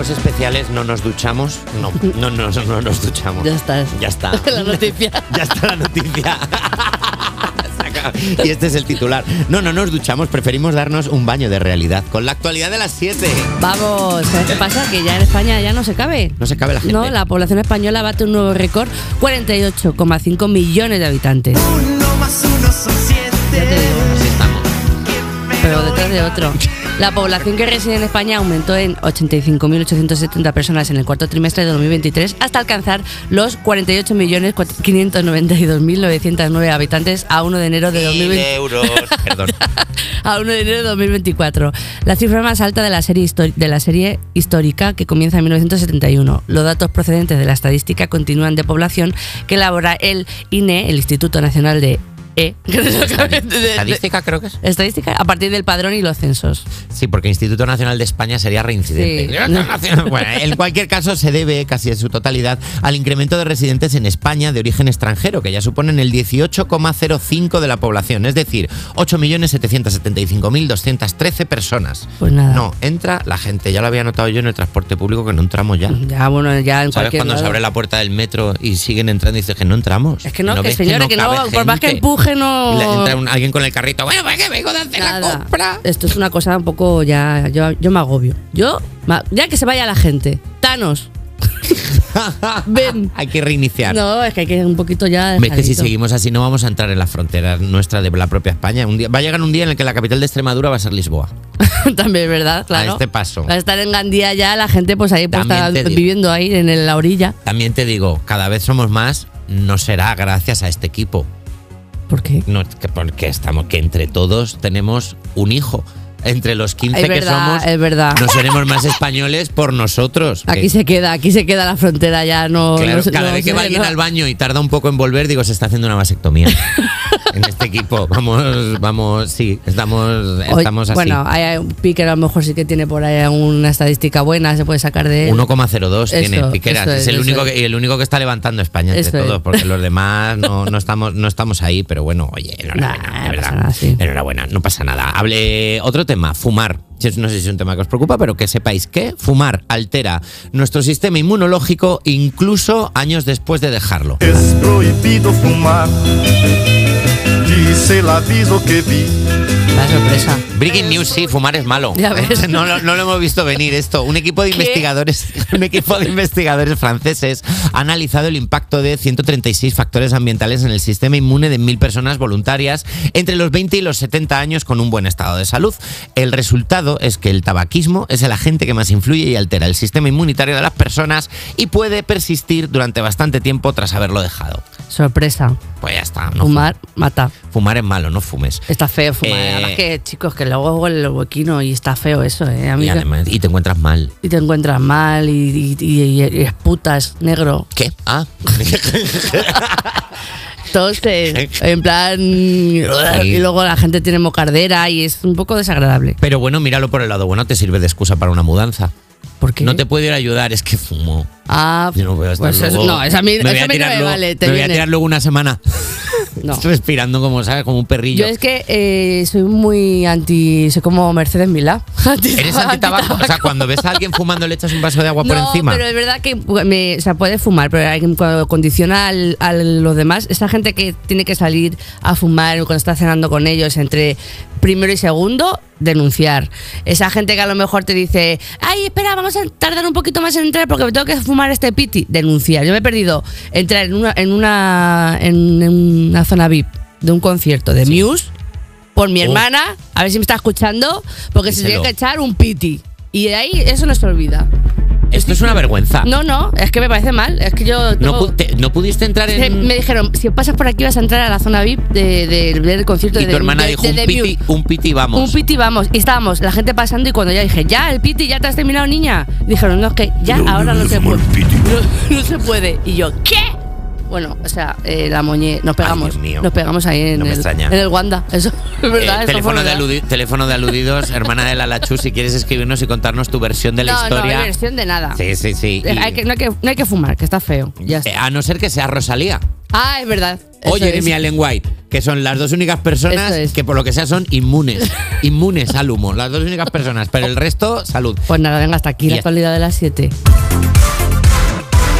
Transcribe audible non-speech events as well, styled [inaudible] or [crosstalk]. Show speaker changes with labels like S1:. S1: Los especiales no nos duchamos, no, no, no, no, no nos duchamos.
S2: Ya está.
S1: Ya está. [laughs]
S2: La noticia.
S1: Ya está la noticia. [laughs] Se acaba. Y este es el titular. No, no nos duchamos, preferimos darnos un baño de realidad con la actualidad de las 7.
S2: Vamos, ¿sabes qué pasa? Que ya en España ya no se cabe.
S1: No se cabe la gente.
S2: No, la población española bate un nuevo récord, 48,5 millones de habitantes.
S3: Uno más uno son
S2: Ya te digo,
S3: siete.
S1: Así estamos.
S2: pero detrás de otro. La población que reside en España aumentó en 85.870 personas en el cuarto trimestre de 2023 hasta alcanzar los 48.592.909 habitantes a 1 de enero de 2020.
S1: euros. Perdón.
S2: a 1 de enero de 2024. La cifra más alta de la serie, histori- de la serie histórica que comienza en 1971. Los datos procedentes de la estadística continúan de población que elabora el INE, el Instituto Nacional de... E, [laughs]
S1: Estadística creo que es.
S2: Estadística a partir del padrón y los censos.
S1: Sí, porque Instituto Nacional de España sería reincidente.
S2: Sí.
S1: Bueno, en cualquier caso se debe casi en su totalidad al incremento de residentes en España de origen extranjero, que ya suponen el 18,05 de la población, es decir, 8.775.213 personas.
S2: Pues nada.
S1: No, entra la gente, ya lo había notado yo en el transporte público que no entramos ya.
S2: Ya, bueno, ya en
S1: ¿Sabes
S2: Mm-hmm. cualquier
S1: cuando se
S2: lado.
S1: abre la puerta del metro y siguen entrando y dices que no entramos?
S2: Es que no, que
S1: ves
S2: señora, que no,
S1: cabe
S2: por más que
S1: gente?
S2: empuje, no-
S1: Y le entra un- alguien con el carrito, bueno, pues que vengo de hacer la
S2: Nada. [laughs]
S1: compra.
S2: Esto es una cosa un poco ya. Yo, yo me agobio. Yo, ma- ya que se vaya la gente. Thanos. Ven.
S1: Hay que reiniciar.
S2: No, es que hay que un poquito ya.
S1: ¿Ves que si
S2: dejadito.
S1: seguimos así no vamos a entrar en la frontera nuestra de la propia España? Un día, va a llegar un día en el que la capital de Extremadura va a ser Lisboa.
S2: [laughs] También, ¿verdad? Claro.
S1: este paso.
S2: Va a estar en Gandía ya la gente, pues ahí pues,
S1: También
S2: está
S1: te digo.
S2: viviendo ahí en el- la orilla.
S1: También te digo, cada vez somos más, no será gracias a este equipo.
S2: Porque.
S1: No, que- porque estamos, que entre todos tenemos un hijo. Entre los 15
S2: Es
S1: que
S2: verdad,
S1: somos,
S2: es verdad.
S1: no seremos más españoles por nosotros.
S2: Aquí
S1: Que-
S2: se queda, aquí se queda la frontera ya. No,
S1: Claro,
S2: no se-
S1: cada
S2: no
S1: vez que
S2: se-
S1: va alguien
S2: no.
S1: al baño y tarda un poco en volver, digo, se está haciendo una
S2: [laughs]
S1: vasectomía. en este equipo, vamos, vamos, sí, estamos,
S2: Oye,
S1: estamos así.
S2: Bueno, hay- hay un Piquer a lo mejor sí que tiene por ahí una estadística buena, se puede sacar de él.
S1: 1,02 tiene
S2: Eso,
S1: Piqueras.
S2: eso
S1: Es,
S2: es,
S1: el
S2: eso
S1: único
S2: es.
S1: que, el único que está levantando España entre
S2: Eso es.
S1: todos, porque los demás no, no estamos, no estamos ahí, pero bueno, oye, enhorabuena,
S2: [laughs] Nah,
S1: de
S2: no
S1: verdad.
S2: pasa nada, sí.
S1: Enhorabuena, no pasa nada. Hable otro tema, fumar. Si es- No sé si es un tema que os preocupa, pero que sepáis que fumar altera nuestro sistema inmunológico incluso años después de dejarlo.
S4: Es proibido fumar. Dice el aviso que vi.
S2: La sorpresa.
S1: Breaking news, sí, fumar es malo.
S2: Eh, Ya
S1: [laughs]
S2: ves.
S1: No, lo- no lo hemos visto venir esto. Un equipo de
S2: ¿Qué?
S1: investigadores, [laughs] un equipo de investigadores franceses ha analizado el impacto de 136 factores ambientales en el sistema inmune de mil personas voluntarias entre los 20 y los 70 años con un buen estado de salud. El resultado es que el tabaquismo es el agente que más influye y altera el sistema inmunitario de las personas y puede persistir durante bastante tiempo tras haberlo dejado.
S2: Sorpresa.
S1: Pues ya está. No
S2: Fumar mata.
S1: Fumar es malo, no fumes.
S2: Está feo fumar.
S1: Eh,
S2: Además que, chicos, que luego huele el huequino y está feo eso, ¿eh?
S1: Y
S2: amiga?
S1: además, y te encuentras mal.
S2: Y te encuentras mal y, y, y- y- y esputas negro.
S1: ¿Qué? Ah. [laughs]
S2: Entonces, en plan... Y luego la gente tiene mocardera y es un poco desagradable.
S1: Pero bueno, míralo por el lado bueno, te sirve de excusa para una mudanza.
S2: ¿Por qué?
S1: No te puedo ir a ayudar, es que fumo.
S2: Ah,
S1: Yo no puedo estar
S2: pues eso-
S1: luego-
S2: no, esa a mí,
S1: voy
S2: eso a mí no
S1: tirar
S2: me
S1: luego-
S2: vale. Te
S1: me voy a
S2: viene.
S1: tirar luego una semana
S2: No.
S1: [laughs] respirando como, ¿sabes? Como un perrillo.
S2: Yo es que eh, soy muy anti... Soy como Mercedes Milá. [laughs] Anti-
S1: ¿Eres antitabaco? O sea, cuando ves a alguien fumando le echas un vaso de agua por
S2: no,
S1: encima.
S2: pero es verdad que pues, me, o sea, puede fumar, pero hay que- cuando condiciona al- a los demás, esa gente que tiene que salir a fumar cuando está cenando con ellos entre primero y segundo, denunciar. Esa gente que a lo mejor te dice, ay, espera, vamos a tardar un poquito más en entrar porque me tengo que fumar este piti, denunciar. Yo me he perdido entrar en una, en una, en, una zona VIP de un concierto de Muse por mi
S1: Oh.
S2: hermana, a ver si me está escuchando, porque se
S1: Díselo.
S2: tiene que echar un piti. Y de ahí eso no se olvida.
S1: Esto es una vergüenza.
S2: No, no, es que me parece mal. Es que yo.
S1: Ah. No
S2: tengo-
S1: pu- te- no pudiste entrar
S2: Eh,
S1: en.
S2: me dijeron, si pasas por aquí vas a entrar a la zona VIP de- de- del concierto
S1: y
S2: de
S1: tu hermana
S2: de-
S1: dijo
S2: de
S1: un
S2: The
S1: piti,
S2: Muse".
S1: un piti, vamos.
S2: Un piti, vamos. Y estábamos, la gente pasando, y cuando ya dije, ya, el piti, ya te has terminado, niña. Dijeron, no, es que ya, ahora no, se puede. [laughs] No, no se puede. Y yo, ¿qué? Bueno, o sea, eh, la moñé, nos pegamos.
S1: Dios mío.
S2: Nos pegamos ahí en,
S1: No me
S2: el,
S1: extraña.
S2: en el Wanda. [laughs] Eso es
S1: Eh,
S2: verdad. eso fue
S1: teléfono, de
S2: verdad.
S1: aludi- teléfono de aludidos, hermana de la Lachu, si quieres escribirnos y contarnos tu versión de la
S2: no,
S1: historia.
S2: no, versión de nada.
S1: Sí, sí, sí.
S2: Eh,
S1: Y-
S2: hay que- no, hay que, no hay que fumar, que está feo. Ya está.
S1: Eh, a no ser que sea Rosalía.
S2: Ah, es verdad.
S1: o
S2: Eso
S1: Jeremy
S2: es.
S1: Allen White, que son las dos únicas personas
S2: Eso es.
S1: que por lo que sea son inmunes, inmunes al humo, las dos únicas personas, pero el resto, salud.
S2: Pues nada, venga, hasta aquí
S1: Y
S2: la
S1: ya.
S2: actualidad de las 7.